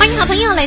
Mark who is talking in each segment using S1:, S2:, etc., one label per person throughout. S1: 欢迎好朋友来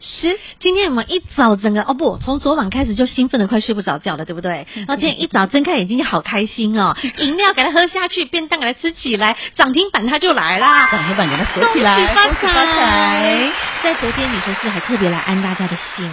S2: 师。
S1: 今天我们一早整个哦不，从昨晚开始就兴奋的快睡不着觉了，对不 对？然后今天一早睁开眼睛就好开心哦，饮料给它喝下去，便当给它吃起来，涨停板它就来啦。
S2: 让老板给它锁
S1: 恭
S2: 起
S1: 喜
S2: 来，
S1: 发
S2: 恭喜发
S1: 财
S2: 财！！
S1: 在昨天，女神是还特别来安大家的心。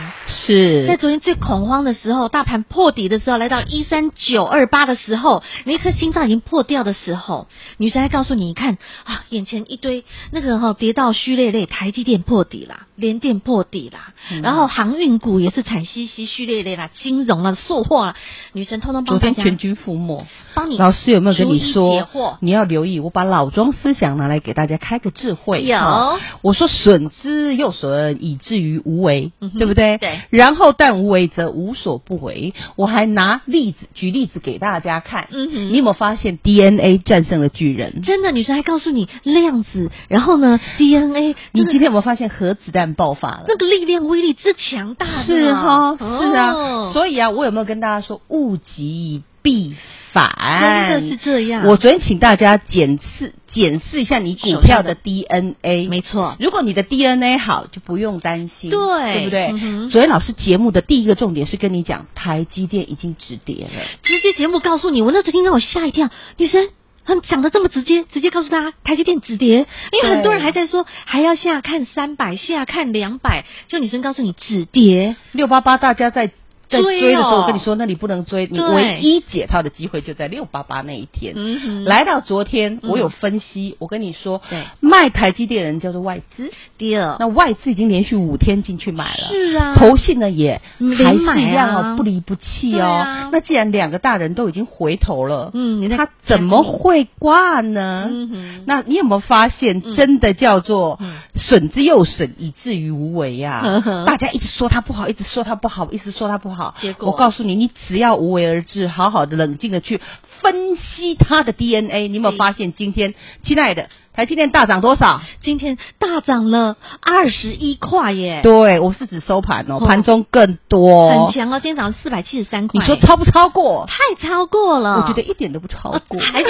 S1: 在
S2: 是
S1: 昨天最恐慌的时候，大盘破底的时候，来到一三九二八的时候，那一颗心脏已经破掉的时候，女神还告诉你，你看啊，眼前一堆那个哈、跌到虚累累，台积电破底啦，联电破底啦，
S2: 嗯
S1: 然后航运股也是惨兮兮、虚累累啦，金融啦、塑化啦，女神通通帮
S2: 昨
S1: 大
S2: 天
S1: 家
S2: 全军覆没。
S1: 帮你
S2: 老师有没有跟
S1: 逐
S2: 你
S1: 一嗯解
S2: 说
S1: 惑，
S2: 你要留意？我把老庄思想拿来给大家开个智慧。
S1: 有
S2: 哈我说损之又损，以至于无为，
S1: 嗯哼
S2: 对不对？
S1: 对。
S2: 然后但无为则无所不为。我还拿例子举例子给大家看。
S1: 嗯哼
S2: 你有没有发现 DNA 战胜了巨人？
S1: 真的，女神还告诉你量子，然后呢 DNA，
S2: 你
S1: 那个
S2: 今天有没有发现核子弹爆发了？
S1: 那个力量威力之强大的
S2: 是
S1: 啊，
S2: 哈是啊
S1: 哦。
S2: 所以啊，我有没有跟大家说物极必反？
S1: 真的是这样。
S2: 我昨天请大家检视检视一下你股票的 DNA，
S1: 没错，
S2: 如果你的 DNA 好，就不用担心，
S1: 对
S2: 对不对？
S1: 嗯哼
S2: 昨天老师节目的第一个重点是跟你讲，台积电已经止跌了，
S1: 直接节目告诉你，我那曾经让我吓一跳，女生。啊，你讲的这么直接，直接告诉大家台积电止跌，因为
S2: 对
S1: 很多人还在说还要下看三百，下看两百，就女生告诉你止跌，
S2: 六八八大家在。在
S1: 追哦
S2: 追的时候，我跟你说，那里不能追，你
S1: 对
S2: 唯一解套的机会就在六八八那一天。
S1: 嗯哼
S2: 来到昨天，
S1: 嗯
S2: 我有分析，我跟你说
S1: 对，
S2: 卖台积电的人叫做外资，
S1: 第二
S2: 那外资已经连续五天进去买了，
S1: 是啊，
S2: 投信呢也
S1: 嗯
S2: 还
S1: 连买
S2: 是一样
S1: 啊
S2: 哦，不离不弃
S1: 对
S2: 哦。
S1: 啊
S2: 那既然两个大人都已经回头了，
S1: 嗯你在
S2: 他怎么会挂呢？
S1: 嗯哼
S2: 那你有没有发现，
S1: 嗯
S2: 真的叫做
S1: 嗯
S2: 损之又损，以至于无为呀、
S1: 呵 呵
S2: 大家一直说他不好，一直说他不好，一直说他不好。
S1: 结果
S2: 我告诉你，你只要无为而治，好好的冷静的去分析他的 DNA，你有没有
S1: 嗯
S2: 发现今天，亲爱的，台积电大涨多少？
S1: 今天大涨了二十一块耶，
S2: 对，我是指收盘哦，
S1: 哎哦
S2: 盘中更多，
S1: 很强哦，今天涨了四百七十三块
S2: 你
S1: 耶，
S2: 说超不超过？
S1: 太超过了，
S2: 我觉得一点都不超过。
S1: 嗯哦还 是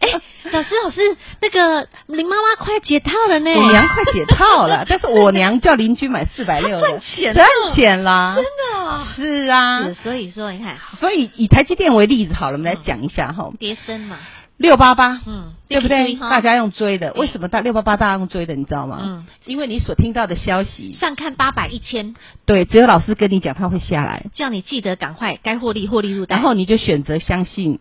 S1: 哎，老师老师，那个林妈妈快解套了呢，
S2: 我娘快解套了，但是我娘叫邻居买四百六
S1: 赚
S2: 的，
S1: 钱了
S2: 赚钱啦，
S1: 真的哦、
S2: 是啊
S1: 是。所以说你看
S2: 所以以台积电为例子好了，我们来讲一下哈，
S1: 跌升嘛，
S2: 六八八，
S1: 嗯，
S2: 对不对？大
S1: 家
S2: 家用追的，
S1: 对
S2: 为什么大六八八大家用追的？你知道吗
S1: 嗯？
S2: 因为你所听到的消息，
S1: 上看八百一千，
S2: 对，只有老师跟你讲它会下来，
S1: 叫你记得赶快该获利获利入袋，
S2: 然后你就选择相信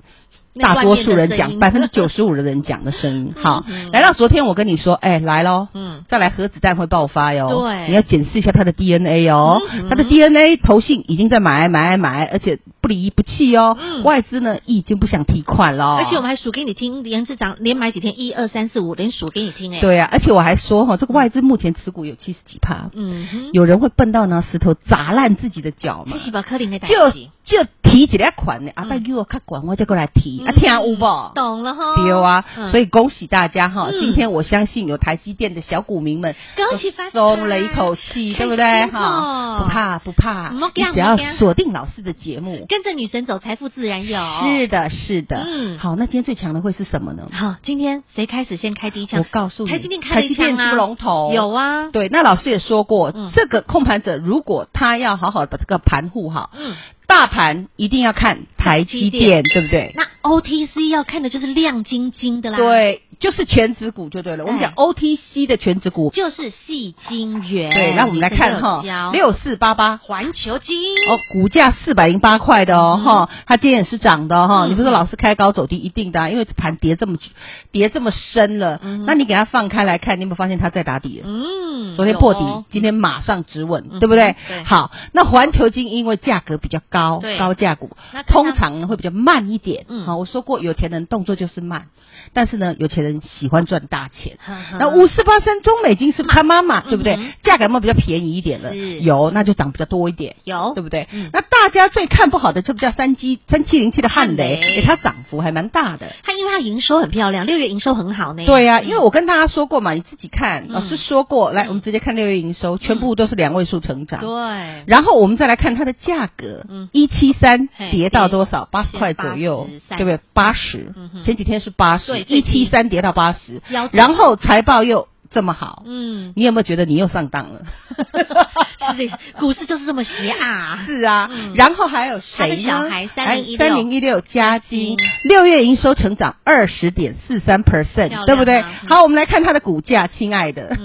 S1: 那
S2: 大
S1: 外
S2: 多
S1: 面
S2: 数
S1: 的
S2: 人
S1: 声
S2: 讲
S1: 音
S2: 百分之九，十五的人讲的声音。好
S1: 嗯，
S2: 来到昨天我跟你说，哎，来喽，
S1: 嗯，
S2: 再来核子弹会爆发哟。
S1: 对
S2: 你要检视一下它的 DNA 哦，
S1: 嗯
S2: 它的 DNA 投信已经在买买买，而且不离不弃哦。
S1: 嗯
S2: 外资呢已经不想提款了，
S1: 而且我们还数给你听，连市长连买几天，一二三四五，连数给你听哎，，
S2: 对啊，而且我还说哈、这个外资目前持股有七十几趴，
S1: 嗯哼，
S2: 有人会笨到拿石头砸烂自己的脚吗
S1: 这？是把柯林的代
S2: 就
S1: 志
S2: 就提几条款呢，阿
S1: 嗯
S2: 爸给我看管，我再过来提，啊，
S1: 嗯
S2: 听有不？
S1: 懂了哈，嗯
S2: 丢啊！所
S1: 以
S2: 以恭喜大家哈！
S1: 哦嗯
S2: 今天我相信有台积电的小股民们
S1: 恭喜发财，
S2: 松了一口气，对不对？
S1: 开心
S2: 哈，
S1: 哦
S2: 不怕不怕，
S1: 不要啊
S2: 你只要锁定老师的节目。
S1: 跟着女神走，财富自然有，
S2: 是的，是的。
S1: 嗯
S2: 好，那今天最强的会是什么呢？
S1: 好，今天谁开始先开第一枪？
S2: 我告诉你，
S1: 台积电开了一
S2: 台积
S1: 枪
S2: 电
S1: 啊，
S2: 是不是龙头，
S1: 有啊，
S2: 对，那老师也说过，
S1: 嗯
S2: 这个控盘者如果他要好好地把这个盘护好，
S1: 嗯，
S2: 大盘一定要看台积
S1: 台积
S2: 电，对不对？
S1: 那 OTC 要看的就是亮晶晶的啦，，嗯
S2: 对，就是全指股就对了。我们讲 OTC 的全指股，
S1: 就是细晶圆。
S2: 对，那我们来看
S1: 里面
S2: 哈，
S1: 有教
S2: 六四八八。
S1: 环球晶，
S2: 哦，股价四百零八块的哦，哈、它今天也是涨的哦哈、
S1: 嗯
S2: 你不是说老是开高走低，一定的、啊，因为盘跌这么久跌这么深了、
S1: 嗯
S2: 那你给它放开来看，你有没有发现它在打底了？
S1: 嗯，
S2: 昨天破底
S1: 有哦，
S2: 今天马上止稳、
S1: 嗯
S2: 对不对？
S1: 对
S2: 好，那环球金因为价格比较高
S1: 对，
S2: 高价股
S1: 那看它
S2: 通常呢会比较慢一点。
S1: 嗯
S2: 好，我说过有钱人动作就是慢，但是呢，有钱人喜欢赚大钱。
S1: 呵呵
S2: 那五四八三中美金是不是他妈妈，
S1: 嗯
S2: 对不对
S1: 嗯？
S2: 价格有没有比较便宜一点的？
S1: 是
S2: 有，那就涨比较多一点，
S1: 有
S2: 对不对
S1: 嗯？
S2: 那大家最看不好的就不叫三七三七零七的汉雷，
S1: 汉雷
S2: 诶它涨幅还蛮大的。
S1: 它因为它营收很漂亮，六月营收很好呢。
S2: 对呀、啊因为我跟大家说过嘛，你自己看，老师
S1: 哎嗯
S2: 说过，来，我们直接看六月营收，全部都是两位数成长。
S1: 对，
S2: 然后我们再来看它的价格
S1: 嗯，
S2: 一七三
S1: 嘿
S2: 跌到多少？八十块
S1: 83
S2: 左右，
S1: 83
S2: 对不对？八十
S1: 嗯哼，
S2: 前几天是八十，
S1: 对
S2: 一
S1: 最
S2: 七
S1: 低
S2: 三跌到八十
S1: 了，解
S2: 然后财报又这么好，
S1: 嗯，
S2: 你有没有觉得你又上当了？
S1: 是的，股市就是这么邪啊。
S2: 是啊
S1: 嗯，
S2: 然后还有
S1: 他的
S2: 谁
S1: 小
S2: 呢哎
S1: 孩？3016
S2: 三零一六加金
S1: 嗯，
S2: 六月营收成长二十点四
S1: 亮
S2: 三 percent，对不对
S1: 啊？嗯
S2: 好，我们来看它的股价，亲爱的，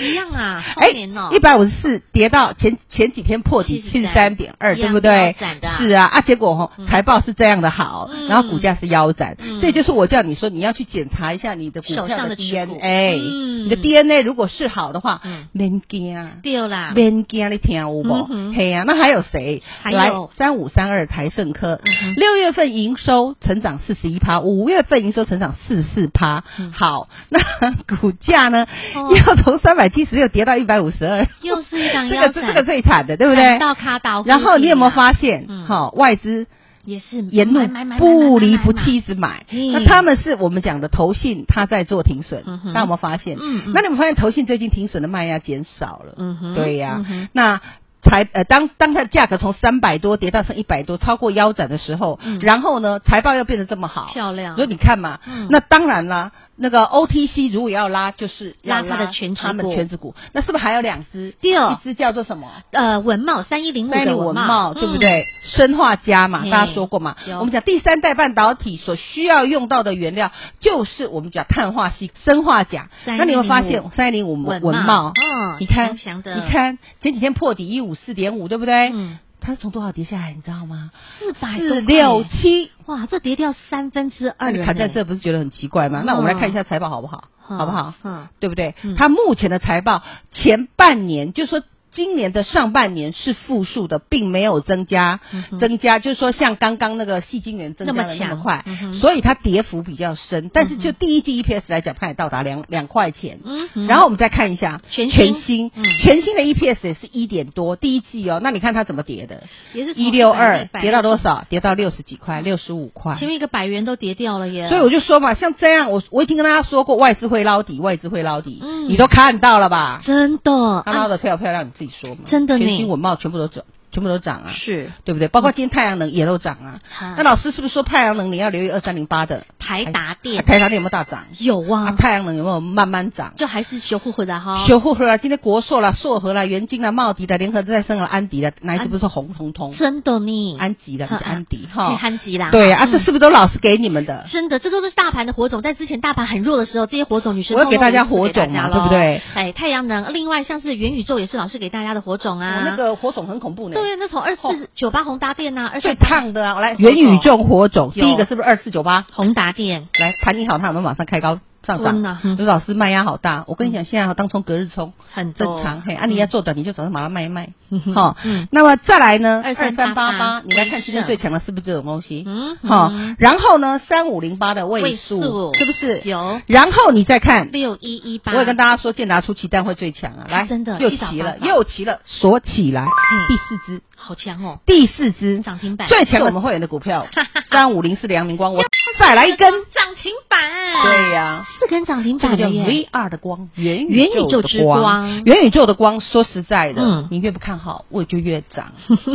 S1: 一样啊，后
S2: 哎，
S1: 年哦，
S2: 一百五十四跌到前前几天破底七十
S1: 73
S2: 三点二，
S1: 一
S2: 对
S1: 样
S2: 不对
S1: 腰斩的啊？
S2: 是啊，啊，结果吼
S1: 嗯
S2: 财报是这样的好
S1: 嗯，
S2: 然后股价是腰斩
S1: 嗯，
S2: 这就是我叫你说你要去检查一下你的股
S1: 手上
S2: 票
S1: 的
S2: 的
S1: 持股
S2: DNA，
S1: 嗯
S2: 哎你的 DNA 如果是好的话
S1: 嗯，
S2: 免惊。啊
S1: 对啦，
S2: 免惊你听有
S1: 啊嗯
S2: 无？
S1: 哼
S2: 嘿啊，那还有谁？
S1: 还有
S2: 来三五三二台盛科
S1: 嗯哼，
S2: 六月份营收成长四十一趴，五月份营收成长四四趴
S1: 嗯。
S2: 好，那 股价呢
S1: 哦，
S2: 要从三百七十六跌到一百五十二，
S1: 又是一档
S2: 这
S1: 腰
S2: 个
S1: 斩，
S2: 是这个最惨的，对不对？
S1: 到卡倒。
S2: 然后你有没有发现
S1: 嗯，
S2: 好外资
S1: 也是
S2: 沿路
S1: 买买买买
S2: 不离不
S1: 买买买
S2: 弃，一直买。
S1: 嗯
S2: 那他们是我们讲的投信，他在做停损
S1: 嗯哼，
S2: 那有没有发现？
S1: 嗯嗯
S2: 那你们发现投信最近停损的卖压减少了？
S1: 嗯哼
S2: 对呀、
S1: 嗯哼
S2: 那财呃，当当它的价格从三百多跌到剩一百多，超过腰斩的时候，
S1: 嗯
S2: 然后呢，财报又变得这么好，
S1: 漂亮
S2: 所以你看嘛，
S1: 嗯
S2: 那当然啦，那个 OTC 如果要拉，就是
S1: 拉
S2: 要
S1: 它的全指股
S2: 他们全指股，那是不是还有两只？
S1: 对
S2: 一只叫做什么？
S1: 呃，文茂三一零五
S2: 三
S1: 的
S2: 菱文
S1: 茂，
S2: 茂，对不？对？生化家嘛
S1: 嘿，
S2: 大家说过嘛
S1: 嗯有。
S2: 我们讲第三代半导体所需要用到的原料，就是我们讲碳化系、生化钾。
S1: 3005
S2: 那你有没有发现三零五文文
S1: 茂
S2: 茂？，
S1: 嗯，
S2: 你看，
S1: 强强的，
S2: 你，看前几天破底一五四点五，对不对？
S1: 嗯，
S2: 它从多少跌下来，你知道吗？
S1: 四百
S2: 四六，七。
S1: 哇，这跌掉三分之
S2: 那
S1: 二，
S2: 你砍在这，不是觉得很奇怪吗？
S1: 嗯
S2: 那我们来看一下财报好不好？
S1: 嗯，
S2: 好不好？
S1: 嗯，
S2: 对不对
S1: 嗯？
S2: 它目前的财报前半年，就说今年的上半年是负数的，并没有增加
S1: 嗯哼，
S2: 增加就是说像刚刚那个细晶元增加
S1: 那么
S2: 的
S1: 强
S2: 那么快
S1: 嗯哼，
S2: 所以它跌幅比较深。但是
S1: 嗯哼
S2: 就第一季 EPS 来讲，它也到达两两块钱。
S1: 嗯哼，
S2: 然后我们再看一下
S1: 全新
S2: 全新
S1: 嗯，
S2: 全新的 EPS 也是一点多，第一季哦，那你看它怎么跌的？
S1: 也是从
S2: 一六二
S1: 100
S2: 跌到多？少？跌到六十几块，六十五块。
S1: 前面一个百元都跌掉了耶，
S2: 所以我就说嘛，像这样，我我已经跟大家说过，外资会捞底，外资会捞底，
S1: 嗯
S2: 你都看到了吧？
S1: 真的，
S2: 他捞
S1: 的
S2: 的啊漂不漂亮？你自己说嘛。
S1: 真的呢
S2: 全新文茂全部都涨，全部都涨啊，
S1: 是，
S2: 对不对？包括今天太阳能也都涨啊。
S1: 哈
S2: 那老师是不是说太阳能你要留意二三零八的
S1: 台达电
S2: 台达电有没有大涨？
S1: 有
S2: 啊，
S1: 啊，
S2: 太阳能有没有慢慢涨？
S1: 就还是修护回的哈，
S2: 修护和啊，今天国硕啦、硕和啦、元晶啦、茂迪啦、联合再生啦、安迪啦，哪一只不是红彤彤？
S1: 真的呢，
S2: 安吉啦，不是安迪
S1: 嘿
S2: 哈？
S1: 安吉啦，
S2: 对啊，
S1: 嗯
S2: 这是不是都老师给你们的？
S1: 真的，这都是大盘的火种。在之前大盘很弱的时候，这些火种女生
S2: 我要给大家火种
S1: 嘛，
S2: 嘛对不对？
S1: 哎，太阳能，另外像是元宇宙也是老师给大家的火种啊
S2: 我。那个火种很恐怖呢。哦
S1: 对，那啊从二四九八宏达电呐、啊，二
S2: 最
S1: 四
S2: 烫的啊！我来，元宇宙火种，
S1: 有
S2: 第一个是不是二四九八？
S1: 宏达电，
S2: 来盘你好，它有没有马上开高上
S1: 真
S2: 涨？
S1: 的嗯
S2: 刘老师卖压好大，我跟你讲，现在当冲隔日冲
S1: 很多
S2: 正常，嘿，啊你要做短，你就早上把它卖一卖
S1: 嗯哼，
S2: 好
S1: 嗯，
S2: 那么再来呢？
S1: 2388
S2: 你来看今天最强的是不是这种东西？
S1: 嗯，
S2: 好
S1: 嗯，
S2: 然后呢，三五零八的
S1: 位
S2: 位
S1: 数
S2: 数是不是？
S1: 有
S2: 然后你再看，
S1: 六一一八，
S2: 我也跟大家说，健达出奇蛋会最强啊！来，
S1: 真的
S2: 又
S1: 一扫
S2: 齐
S1: 八
S2: 了，
S1: 扫
S2: 又齐了，锁起来，第四只，
S1: 好强哦，
S2: 第四只
S1: 涨停板，
S2: 最强我们会员的股票三五零是梁明光，我再来一根。
S1: 涨停板，
S2: 对呀、
S1: 四根涨停
S2: 这个
S1: 板
S2: 叫
S1: 了
S2: V
S1: 啊耶，
S2: 二的光，元
S1: 元宇
S2: 宇
S1: 宙
S2: 宙
S1: 之
S2: 的
S1: 光
S2: 光，元宇宙的光。说实在的，
S1: 嗯
S2: 你越不看好，我就越 涨，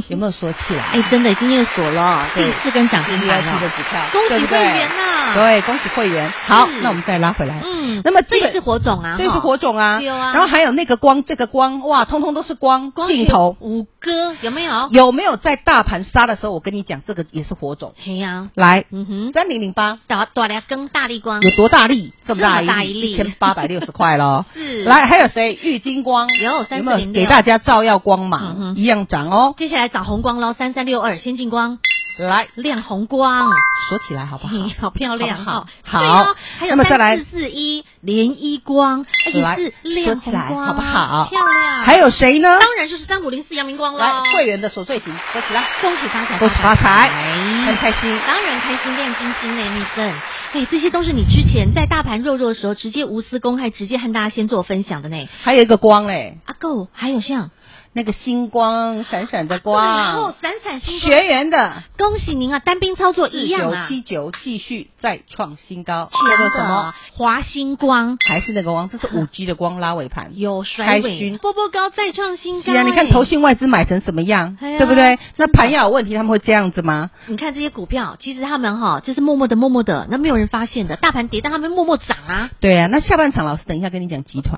S2: 有没有说啊起来？
S1: 哎，真的已经又锁了第
S2: 对
S1: 四根涨停板
S2: VIP 的
S1: 了，
S2: 股票，
S1: 恭
S2: 对
S1: 喜
S2: 不
S1: 会
S2: 对
S1: 员啊呐！，
S2: 对，恭喜会员。好，那我们再拉回来。
S1: 嗯，
S2: 那么
S1: 这
S2: 这
S1: 也
S2: 个
S1: 是火种啊，
S2: 这是
S1: 哈
S2: 火种啊，
S1: 对啊
S2: 然后还有那个光，这个光，哇，通通都是光
S1: 光
S2: 镜
S1: 学
S2: 头。
S1: 五哥有没有？
S2: 有没有在大盘杀的时候，我跟你讲，这个也是火种。
S1: 嘿呀，
S2: 来，
S1: 嗯哼，
S2: 三零零八
S1: 打打两根大力光
S2: 有多大力？这么大
S1: 啊这么大
S2: 一
S1: 一
S2: 一
S1: 粒
S2: 千八百六十块咯。
S1: 是，
S2: 来，还有谁？玉金光
S1: 有
S2: 有没
S1: 3406
S2: 有给大家照耀光芒？
S1: 嗯哼
S2: 一样涨哦。
S1: 接下来找红光喽，三三六二先进光
S2: 来，
S1: 亮红光，
S2: 说起来好不好？
S1: 嘿 好漂亮
S2: 好
S1: 哦
S2: 不，
S1: 对
S2: 好
S1: 哦
S2: 好
S1: 还有
S2: 那么再来
S1: 三四四一涟漪光，而且
S2: 来
S1: 是亮
S2: 说起
S1: 红
S2: 来
S1: 光，
S2: 好不好
S1: 漂亮，
S2: 还有谁呢？
S1: 当然就是三五零四阳明光
S2: 来
S1: 喽，，
S2: 会员的所最型，说起来，
S1: 恭喜发财，
S2: 恭喜发财，很开心。
S1: 当然开心亮晶晶嘞，女生，哎，这些都是你之前在大盘肉肉的时候直接无私公开，直接和大家先做分享的呢。
S2: 还有一个光嘞，
S1: 阿够，还有像
S2: 那个星光闪闪的
S1: 哎对然后
S2: 光，
S1: 闪闪星光，
S2: 学员的
S1: 恭喜您啊，单兵操作
S2: 四
S1: 一样
S2: 九
S1: 啊，
S2: 七九继续再创新高，
S1: 强
S2: 叫做
S1: 的
S2: 什么？
S1: 华星光
S2: 还是那个光，这是五 G 的光拉尾盘。
S1: 有甩
S2: 开
S1: 尾，
S2: 心
S1: 波波高再创新高、
S2: 是啊，你看
S1: 哎
S2: 投，信外资买成什么样，
S1: 哎呀
S2: 对不对？那盘要有问题，他们会这样子吗？
S1: 你看这些股票，其实他们哈、就是默默的、默默的，那没有人发现的，大盘跌，但他们默默涨啊。
S2: 对啊，那下半场老师等一下跟你讲集团，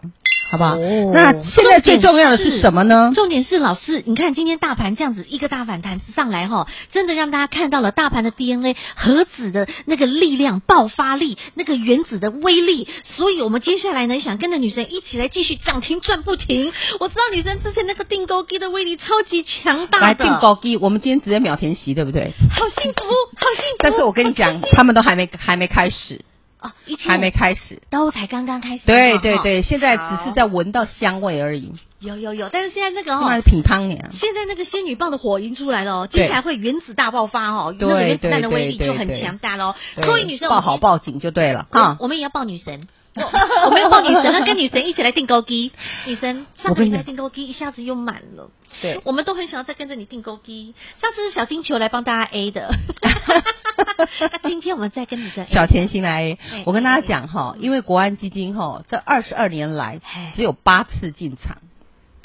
S2: 好不好？
S1: 哦
S2: 那现在最重要的是什么呢？
S1: 重点是老师，你看今天大盘这样子一个大反弹上来哈，真的让大家看到了大盘的 DNA 核子的那个力量、爆发力、那个原子的威力。所以我们接下来呢，想跟着女神一起来继续涨停赚不停。我知道女神之前那个定钩机的威力超级强大的，哦
S2: 来进高低，我们今天直接秒填息，对不对？
S1: 好幸福，好幸福。
S2: 但是我跟你
S1: 好
S2: 讲
S1: 开，心
S2: 他们都还没还没开始，
S1: 哦，一千五
S2: 还没开始。
S1: 都才刚刚开始嘛，
S2: 对对
S1: 哈
S2: 对，现在只是在闻到香味而已，
S1: 有有有，但是现在那个哦
S2: 那是。品汤娘。
S1: 现在那个仙女棒的火已经出来了哦，
S2: 对
S1: 接下来会原子大爆发哦，那
S2: 对
S1: 个原子弹的
S2: 对
S1: 威力
S2: 对
S1: 就很
S2: 对
S1: 强大喽。
S2: 对
S1: 所以女生我
S2: 报
S1: 们
S2: 好啊哦报警就对了
S1: 我
S2: 哈。
S1: 我们也要抱女神，我 我们要抱女神，要跟女神一起来订钩机。女神上
S2: 我
S1: 个
S2: 跟
S1: 礼
S2: 你
S1: 拜
S2: 讲
S1: 订钩机一下子又满了，
S2: 对，
S1: 我们都很想要再跟着你订钩机。上次是小金球来帮大家 A 的，那今天我们再跟女神 A
S2: 小甜心来
S1: 哎，
S2: 我跟大家讲哈，因为国安基金哈，这二十二年来
S1: 哎
S2: 只有八次进场，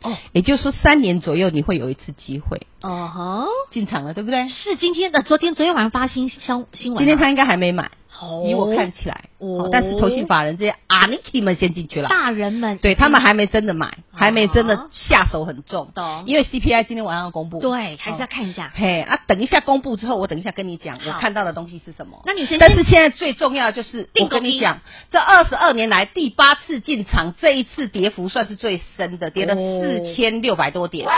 S1: 哦
S2: 也就是说三年左右你会有一次机会
S1: 哦吼，
S2: 进场了，对不对？
S1: 是今天的，昨天昨天晚上发新新新闻啊，
S2: 今天他应该还没买，
S1: 哦
S2: 以我看起来，
S1: 哦
S2: 哦但是投信法人这些阿尼基们先进去了，
S1: 大人们
S2: 对他们还没真的买，还没真
S1: 啊
S2: 的下手很重，
S1: 懂
S2: 因为 CPI 今天晚上要公布，
S1: 对，还是要
S2: 哦
S1: 看一下。
S2: 嘿啊，等一下公布之后，我等一下跟你讲
S1: 好
S2: 我看到的东西是什么。
S1: 那女生
S2: 但是现在最重要的就是，
S1: 定
S2: 我
S1: 狗
S2: 跟你
S1: 一
S2: 讲，这二十二年来第八次进场，这一次跌幅算是最深的，跌了
S1: 哦
S2: 四千六百多点，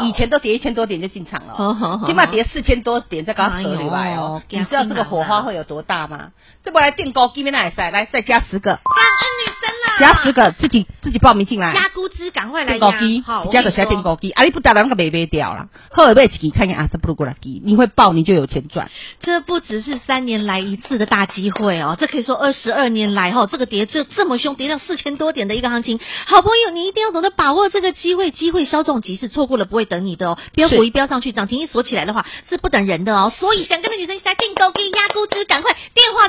S2: 以前都跌一千多点就进场了。
S1: 好好好，
S2: 起码跌四千多点，再搞
S1: 啊哎
S2: 十
S1: 呦
S2: 礼拜哦，
S1: 惊啊
S2: 你知道这个火花会有多大吗？这不来定高基本那也塞，来再加
S1: 啊
S2: 十个，
S1: 感恩女
S2: 加
S1: 生
S2: 十
S1: 啦，
S2: 个，自己自己报名进来。
S1: 加估值，赶快来
S2: 定
S1: 压
S2: 高机
S1: 好，，
S2: 加个是要定高机，啊，你不打那个没卖掉啦，后尾买一支看啊见阿斯布鲁过来机，你会爆你就有钱赚。
S1: 这不只是三年来一次的大机会哦，这可以说二十二年来哈、哦，这个跌这这么凶，跌到四千多点的一个行情，好朋友你一定要懂得把握这个机会，机会稍纵即逝，错过了不会等你的哦。标股一标上去，涨停一锁起来的话是不等人的哦，所以想跟着女生一起来订购给压估值，赶快电话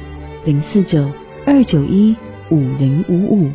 S3: 零四九二九一五零五五。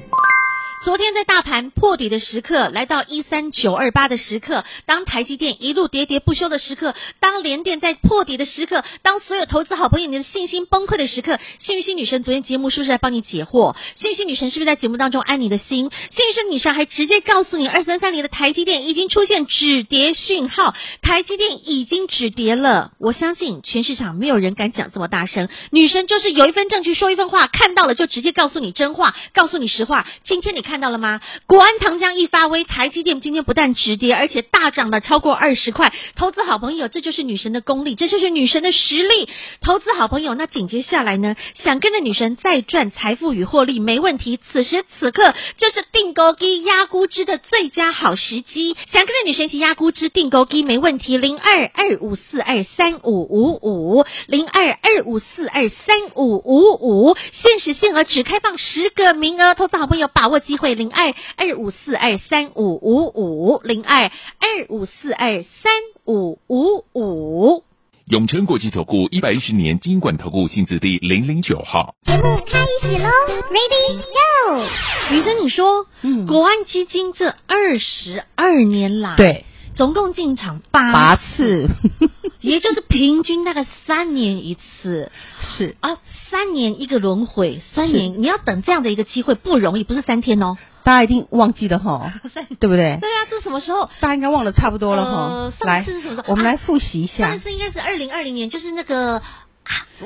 S1: 昨天在大盘破底的时刻，来到一三九二八的时刻，当台积电一路喋喋不休的时刻，当联电在破底的时刻，当所有投资好朋友你的信心崩溃的时刻，幸运星女神昨天节目是不是在帮你解惑？幸运星女神是不是在节目当中安你的心？幸运星女神还直接告诉你，二三三零的台积电已经出现止跌讯号，台积电已经止跌了。我相信全市场没有人敢讲这么大声，女神就是有一份证据说一份话，看到了就直接告诉你真话，告诉你实话。今天你看。看到了吗？国安糖浆一发威，台积电今天不但直跌，而且大涨了超过二十块。投资好朋友，这就是女神的功力，这就是女神的实力。投资好朋友，那紧接下来呢？想跟着女神再赚财富与获利，没问题。此时此刻就是订购低压估值的最佳好时机。想跟着女神一起压估值订购低，没问题。零二二五四二三五五五，零二二五四二三五五五，限时限额只开放十个名额，投资好朋友把握机会。零二二五四二三五五五，零二二五四二三五五五。
S4: 永诚国际投顾一百一十年金管投顾性质第零零九号。
S5: 节目开始喽，Ready Go！
S1: 女生，你说，
S2: 嗯
S1: 国安基金这二十二年来，，
S2: 对，
S1: 总共进场八
S2: 八 次
S1: 也就是平均大概三年一次
S2: 是
S1: 啊，三年一个轮回，三
S2: 是
S1: 年你要等这样的一个机会不容易，不是三天哦，
S2: 大家一定忘记了 哈，
S1: 三
S2: 对不对？
S1: 对啊，这什么时候？
S2: 大家应该忘了差不多了
S1: 呃
S2: 哈。
S1: 上
S2: 来
S1: 次是什么时候，
S2: 我们
S1: 啊
S2: 来复习一
S1: 上
S2: 下
S1: 一次应该是二零二零年，就是那个、啊、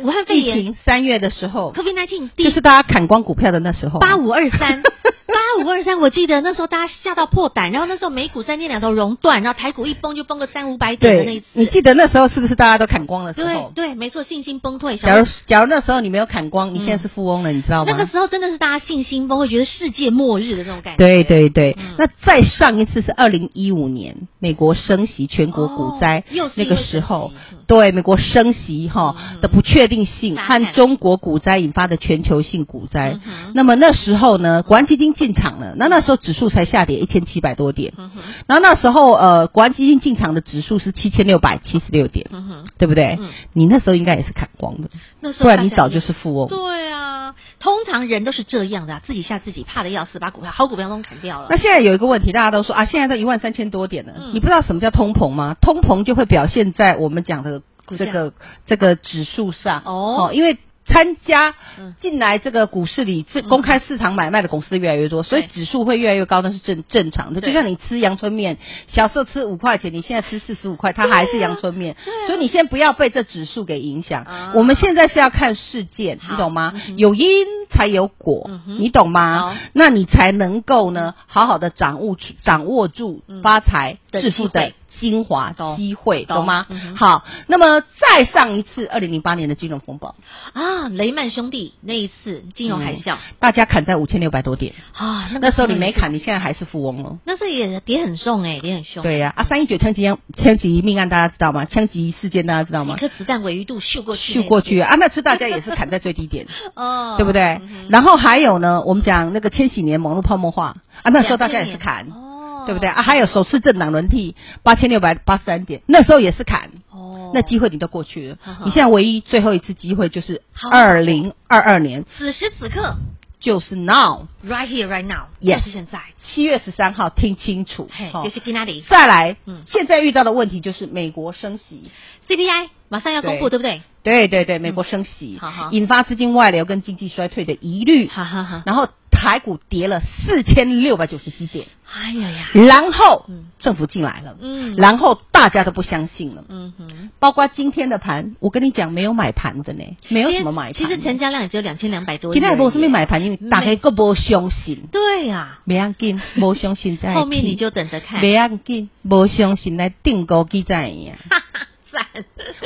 S1: 武汉肺
S2: 疫
S1: 炎
S2: 情三月的时候，
S1: COVID nineteen 第
S2: 就是大家砍光股票的那时候啊。
S1: 八五二 三。八五二三，我记得那时候大家吓到破胆，然后那时候美股三天两头熔断，然后台股一崩就崩个三五百点的那一
S2: 对
S1: 次，。
S2: 你记得那时候是不是大家都砍光了时
S1: 对
S2: 候？
S1: 对，没错，信心崩溃。想
S2: 假
S1: 说
S2: 如假如那时候你没有砍光，你现在是富翁了，你知道吗？
S1: 那个时候真的是大家信心崩溃，觉得世界末日的这种感觉。
S2: 对对对，
S1: 嗯哦
S2: 那再上一次是二零一五年美国升息全国股灾、
S1: 哦又是
S2: 那
S1: 因为
S2: 个时候
S1: 升息嗯，
S2: 对美国升息哈、
S1: 嗯
S2: 的不确定性
S1: 大砍
S2: 和中国股灾引发的全球性股灾
S1: 嗯。哼
S2: 那么那时候呢，国安基金进场了，那那时候指数才下跌一千七百多点，
S1: 嗯哼，
S2: 然后那时候呃，国安基金进场的指数是七千六百七十六点，
S1: 嗯哼，
S2: 对不对？
S1: 嗯
S2: 你那时候应该也是砍光的，
S1: 那时
S2: 不
S1: 候
S2: 然你
S1: 大家
S2: 早
S1: 也
S2: 就是富翁。
S1: 对啊，通常人都是这样的啊、自己吓自己，怕的要死，把股票好股票都砍掉了
S2: 那。现在有一个问题，大家都说啊，现在都一万三千多点了，
S1: 嗯
S2: 你不知道什么叫通膨吗？通膨就会表现在我们讲的
S1: 股价
S2: 这个这个指数上
S1: 哦
S2: 因为。参加
S1: 嗯
S2: 进来这个股市里，这
S1: 嗯
S2: 公开市场买卖的公司越来越多，所以
S1: 对
S2: 指数会越来越高，那是正正常的。
S1: 对
S2: 就像你吃阳春面，小时候吃五块钱，你现在吃四十五块，它还是阳春面，所以你先不要被这指数给影响。
S1: 啊
S2: 我们现在是要看事件，
S1: 好
S2: 你懂吗？
S1: 嗯哼
S2: 有因才有果，
S1: 嗯哼
S2: 你懂吗？
S1: 好
S2: 那你才能够呢，好好的掌握住掌握住
S1: 嗯
S2: 发财
S1: 的
S2: 致富的
S1: 机
S2: 精华
S1: 懂
S2: 机会，
S1: 懂
S2: 懂吗
S1: 嗯哼？
S2: 好，那么再上一次，二零零八年的金融风暴，
S1: 啊，雷曼兄弟那一次金融海啸、
S2: 大家砍在五千六百多点，
S1: 啊，那个
S2: 嗯那时候你没
S1: 真的是，
S2: 砍，你现在还是富翁哦。
S1: 那时候也跌很重哎、跌很凶。
S2: 对呀、啊，三一九枪击案枪击命案大家知道吗？枪击事件大家知道吗
S1: 一？颗子弹尾鱼肚秀过去，
S2: 去过去啊，那次大家也是砍在最低 点，
S1: 哦，
S2: 对不对？然后还有呢，我们讲那个千禧年网络泡沫化啊，那时候大家也是砍，
S1: 哦，
S2: 对不对？啊？还有首次政党轮替八千六百八十三点，那时候也是砍，
S1: 哦，
S2: 那机会你都过去了
S1: 呵。呵
S2: 你现在唯一最后一次机会就是
S1: 好
S2: 二零二二年，
S1: 此时此刻
S2: 就是 now
S1: ，right here right now，
S2: Yes
S1: 就是现在，
S2: 七月十三号，听清楚
S1: 嘿，。
S2: 齁
S1: 就是 k i n a d
S2: 再来
S1: 嗯，
S2: 现在遇到的问题就是美国升息，嗯
S1: CPI 马上要公布，对
S2: 对
S1: 不对？
S2: 对对对，美国升息
S1: 好好，
S2: 引发资金外流跟经济衰退的疑虑，
S1: 哈哈哈，
S2: 然后台股跌了四千六百九十几点，
S1: 哎呀呀，
S2: 然后
S1: 嗯
S2: 政府进来了，
S1: 嗯，
S2: 然后大家都不相信了。
S1: 嗯哼，
S2: 包括今天的盘，我跟你讲，没有买盘的呢，没有什么买盘
S1: 其
S2: 的。
S1: 实成交量也只有两千两百多亿而已。
S2: 今天无什么买盘，因为大家都无相信，
S1: 对呀、
S2: 不要紧，无相信 在
S1: 后面你就等着看
S2: 不。要紧，无相信来订购记在呀。
S1: 哈哈，赞。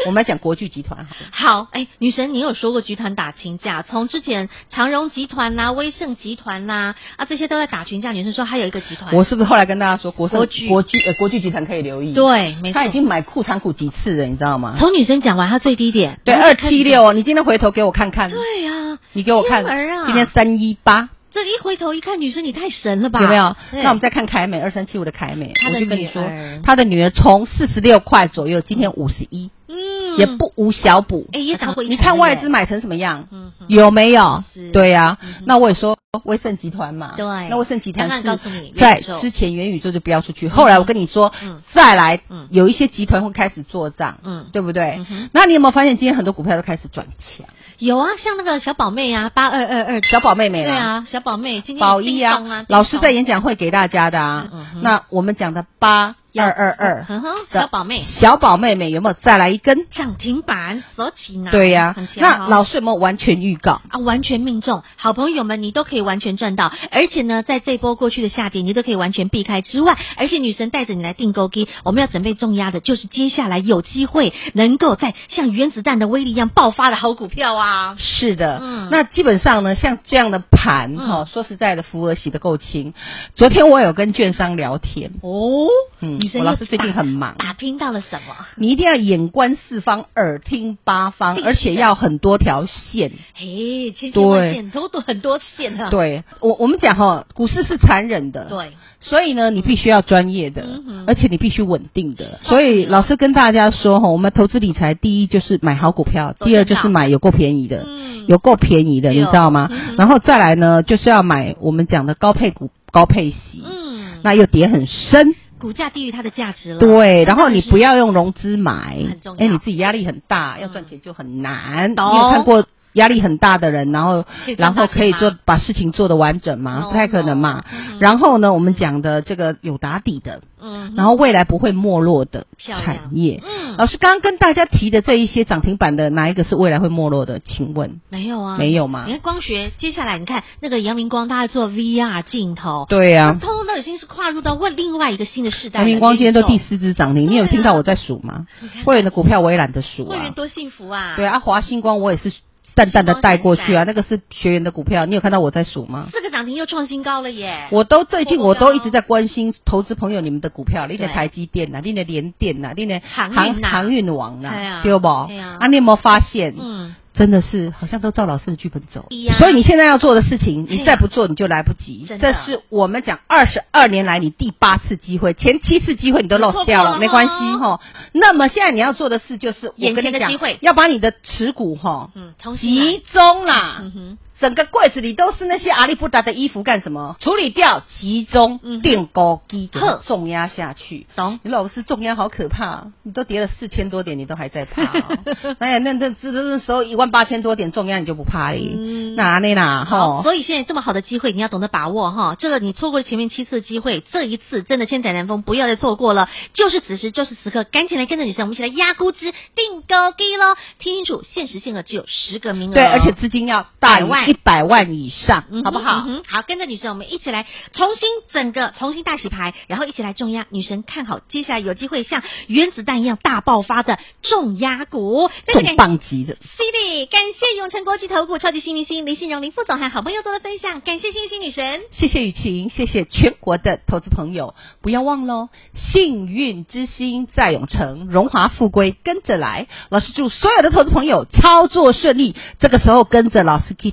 S2: 我们来讲国巨集团好了，
S1: 好，哎，女神，你有说过集团打群架，从之前长荣集团啦、威盛集团啦啊这些都在打群架。女生说还有一个集团，
S2: 我是不是后来跟大家说国盛
S1: 国巨
S2: 国巨呃国巨集团可以留意？，
S1: 对，没错
S2: 他已。经买库藏股几次了，你知道吗？
S1: 从女生讲完，她最低点
S2: 对，
S1: 然后
S2: 二
S1: 就开始
S2: 七六，你今天回头给我看看，
S1: 对呀、
S2: 你给我看
S1: 天儿啊，
S2: 今天三一八
S1: 这一回头一看，女生你太神了吧？
S2: 有没有？
S1: 对
S2: 那我们再看凯美二三七五的凯美，
S1: 她的
S2: 我就跟
S1: 女
S2: 你说
S1: 儿，
S2: 他的女儿从四十六块左右，今天五十一，
S1: 嗯
S2: 也不无小补。
S1: 哎也涨过一
S2: 你
S1: 成
S2: 看
S1: 对不对
S2: 外资买成什么样？
S1: 嗯哼
S2: 有没有
S1: 是？
S2: 对呀、
S1: 嗯哼
S2: 那我也说威盛集团嘛，
S1: 对
S2: 那威盛集团
S1: 刚
S2: 是
S1: 刚告诉你元
S2: 在
S1: 宇宙
S2: 之前元宇宙就标出去，后来我跟你说，
S1: 嗯
S2: 再来、
S1: 嗯
S2: 有一些集团会开始做账，
S1: 嗯
S2: 对不对、
S1: 嗯哼
S2: 那你有没有发现今天很多股票都开始转强？
S1: 有啊，像那个小宝妹啊，八二二二
S2: 小宝妹妹
S1: 对
S2: 啦，
S1: 啊，小宝妹今天
S2: 宝一
S1: 叮咚啊，叮
S2: 老师
S1: 咚
S2: 在演讲会给大家的啊
S1: 嗯嗯哼，嗯
S2: 那我们讲的八二二二
S1: 呵呵，
S2: 的
S1: 小宝妹
S2: 小宝妹妹有没有再来一根？
S1: 涨停板手起拿，
S2: 对呀、
S1: 很强
S2: 那
S1: 哦
S2: 老师有没有完全预告？
S1: 啊，完全命中，好朋友们，你都可以完全赚到，而且呢，在这波过去的下跌，你都可以完全避开之外，而且女神带着你来订购机，我们要准备重压的，就是接下来有机会能够在像原子弹的威力一样爆发的好股票啊！
S2: 是的，
S1: 嗯
S2: 那基本上呢，像这样的盘哈、
S1: 嗯
S2: 说实在的，扶额洗得够轻。昨天我有跟券商聊天，
S1: 哦，
S2: 嗯
S1: 女神
S2: 我
S1: 又
S2: 老师最近很忙
S1: 打打听到了什么？
S2: 你一定要眼观四方，耳听八方，
S1: 必须的
S2: 而且要很多条线。
S1: 嘿，千千万
S2: 对
S1: 线都都很多线啊！，
S2: 对我，我们讲哈、股市是残忍的，，
S1: 对，
S2: 所以呢，你必须要专业的，
S1: 嗯哼
S2: 而且你必须稳定的。所以老师跟大家说哈，我们投资理财第一就是买好股票，
S1: 走正
S2: 第二就是买有够便宜的，
S1: 嗯
S2: 有够便宜的，
S1: 对
S2: 你
S1: 哦
S2: 知道吗？
S1: 嗯哼
S2: 然后再来呢，就是要买我们讲的高配股、高配息，
S1: 嗯，
S2: 那又跌很深，
S1: 股价低于它的价值了，
S2: 对。然后
S1: 当
S2: 你
S1: 是
S2: 不要用融资买
S1: 很重，要嗯
S2: 哎，你自己压力很大，要赚钱就很难。你
S1: 懂
S2: 有看过？压力很大的人，然后
S1: 可以赚
S2: 然后
S1: 大
S2: 可以
S1: 钱吗
S2: 做把事情做得完整吗？
S1: No，
S2: 不太可能嘛
S1: no，嗯哼。
S2: 然后呢，我们讲的这个有打底的，
S1: 嗯，
S2: 然后未来不会没落的
S1: 漂亮
S2: 产业。
S1: 嗯，
S2: 老师刚刚跟大家提的这一些涨停板的，哪一个是未来会没落的？请问
S1: 没有啊，
S2: 没有吗
S1: 你？看光学，接下来你看那个阳明光，它在做 VR 镜头，
S2: 对
S1: 它
S2: 呀
S1: 通，通都已经是跨入到问另外一个新的世代了。
S2: 阳明光今天都第
S1: 元宇宙，
S2: 四只涨停，你有听到我在数吗
S1: 啊你看？
S2: 会员的股票我也懒得数
S1: 会员
S2: 啊。
S1: 多幸福啊！
S2: 对啊，华星光我也是淡淡的带过去啊，那个是学员的股票，你有看到我在数吗？
S1: 四个涨停又创新高了耶！
S2: 我都最近
S1: 我
S2: 我
S1: 不知道
S2: 都一直在关心投资朋友你们的股票，你的
S1: 对
S2: 台积电呐、啊，你的联电呐、啊，你的
S1: 航运
S2: 航
S1: 呐
S2: 航运网呐、
S1: 对啊
S2: 对不？
S1: 对啊
S2: 你有没有发现？
S1: 嗯，
S2: 真的是好像都照老师的剧本走
S1: 是啊，
S2: 所以你现在要做的事情，
S1: 哎呀
S2: 你再不做你就来不及。
S1: 真的
S2: 这是我们讲二十二年来你第八次机会，前七次机会你都
S1: 你错
S2: lost 掉
S1: 过了
S2: 了，没关系
S1: 哦
S2: 哈。那么现在你要做的事就是，我
S1: 眼
S2: 跟
S1: 前
S2: 你
S1: 的
S2: 讲
S1: 机会
S2: 要把你的持股哈
S1: 嗯，重新来
S2: 集中啦，
S1: 嗯哼，
S2: 整个柜子里都是那些阿里不达的衣服，干什么？处理掉，集
S1: 嗯哼
S2: 中垫高低，
S1: 呵
S2: 重压下去。
S1: 懂
S2: 你老师重压好可怕、你都跌了四千多点，你都还在怕、 哦。哎呀，那那这那时候一万八千多点重压你就不怕嘞？
S1: 嗯哦
S2: 那那啦
S1: 好，
S2: 哈，
S1: 所以现在这么好的机会，你要懂得把握哈。这个你错过了前面七次的机会，这一次真的千载难逢，不要再错过了。就是此时，就是此刻，赶紧来跟着女神，我们一起来压估值定高低喽！听清楚，限时限额只有十个名额哦，
S2: 对，而且资金要大
S1: 百万
S2: 于一百万以上，
S1: 嗯哼
S2: 好不好？
S1: 嗯哼好，跟着女神，我们一起来重新整个重新大洗牌，然后一起来重压。女神看好，接下来有机会像原子弹一样大爆发的重压股。再次
S2: 重
S1: 感谢
S2: 磅级的，
S1: Cindy，感谢永成国际投顾超级新明星林信荣林副总和好朋友做的分享，感谢幸运星女神。
S2: 谢谢雨晴，谢谢全国的投资朋友，不要忘喽！幸运之星在永城，荣华富贵跟着来。老师祝所有的投资朋友操作顺利，这个时候跟着老师去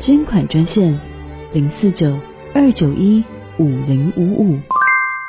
S3: 捐款专线：零四九二九一五零五五。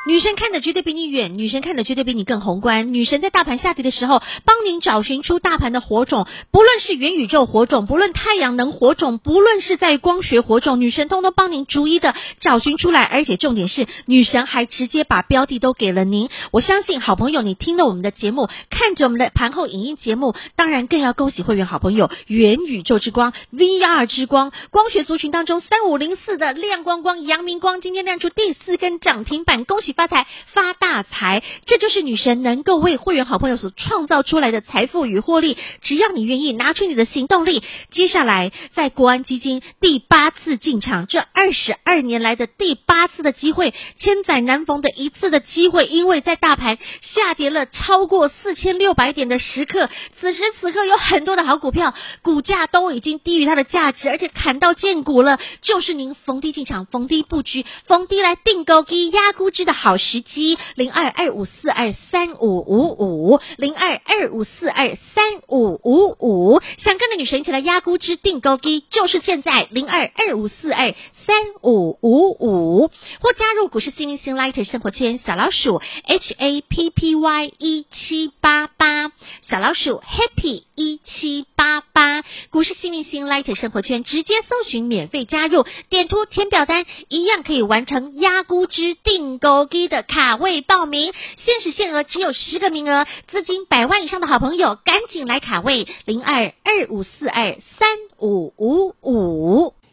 S1: 女神看的绝对比你远，女神看的绝对比你更宏观。女神在大盘下跌的时候，帮您找寻出大盘的火种，不论是元宇宙火种，不论太阳能火种，不论是在光学火种，女神通通帮您逐一的找寻出来。而且重点是，女神还直接把标的都给了您。我相信好朋友，你听了我们的节目，看着我们的盘后影音节目，当然更要恭喜会员好朋友元宇宙之光、VR 之光、光学族群当中三五零四的亮光光、阳明光，今天亮出第四根涨停板，恭喜发财发大财！这就是女神能够为会员好朋友所创造出来的财富与获利。只要你愿意拿出你的行动力，接下来在国安基金第八次进场，这二十二年来的第八次的机会，千载难逢的一次的机会，因为在大盘下跌了超过四千六百点的时刻，此时此刻有很多的好股票，股价都已经低于它的价值，而且砍到见骨了，就是您逢低进场、逢低布局、逢低来定购低压估值的好。好时机，零二二五四二三五五五，零二二五四二三五五五。想跟着女神一起来压估值定购机，就是现在，零二二五四二三五五五，或加入股市新明星 Light 生活圈小老鼠 H A P P Y 一七八八，小老鼠 Happy 一七八八，股市新明星 Light 生活圈直接搜寻免费加入，点图填表单，一样可以完成压估值定购机的卡位报名，限时限额只有十个名额，资金百万以上的好朋友赶紧来卡位，零二二五四二三五五五。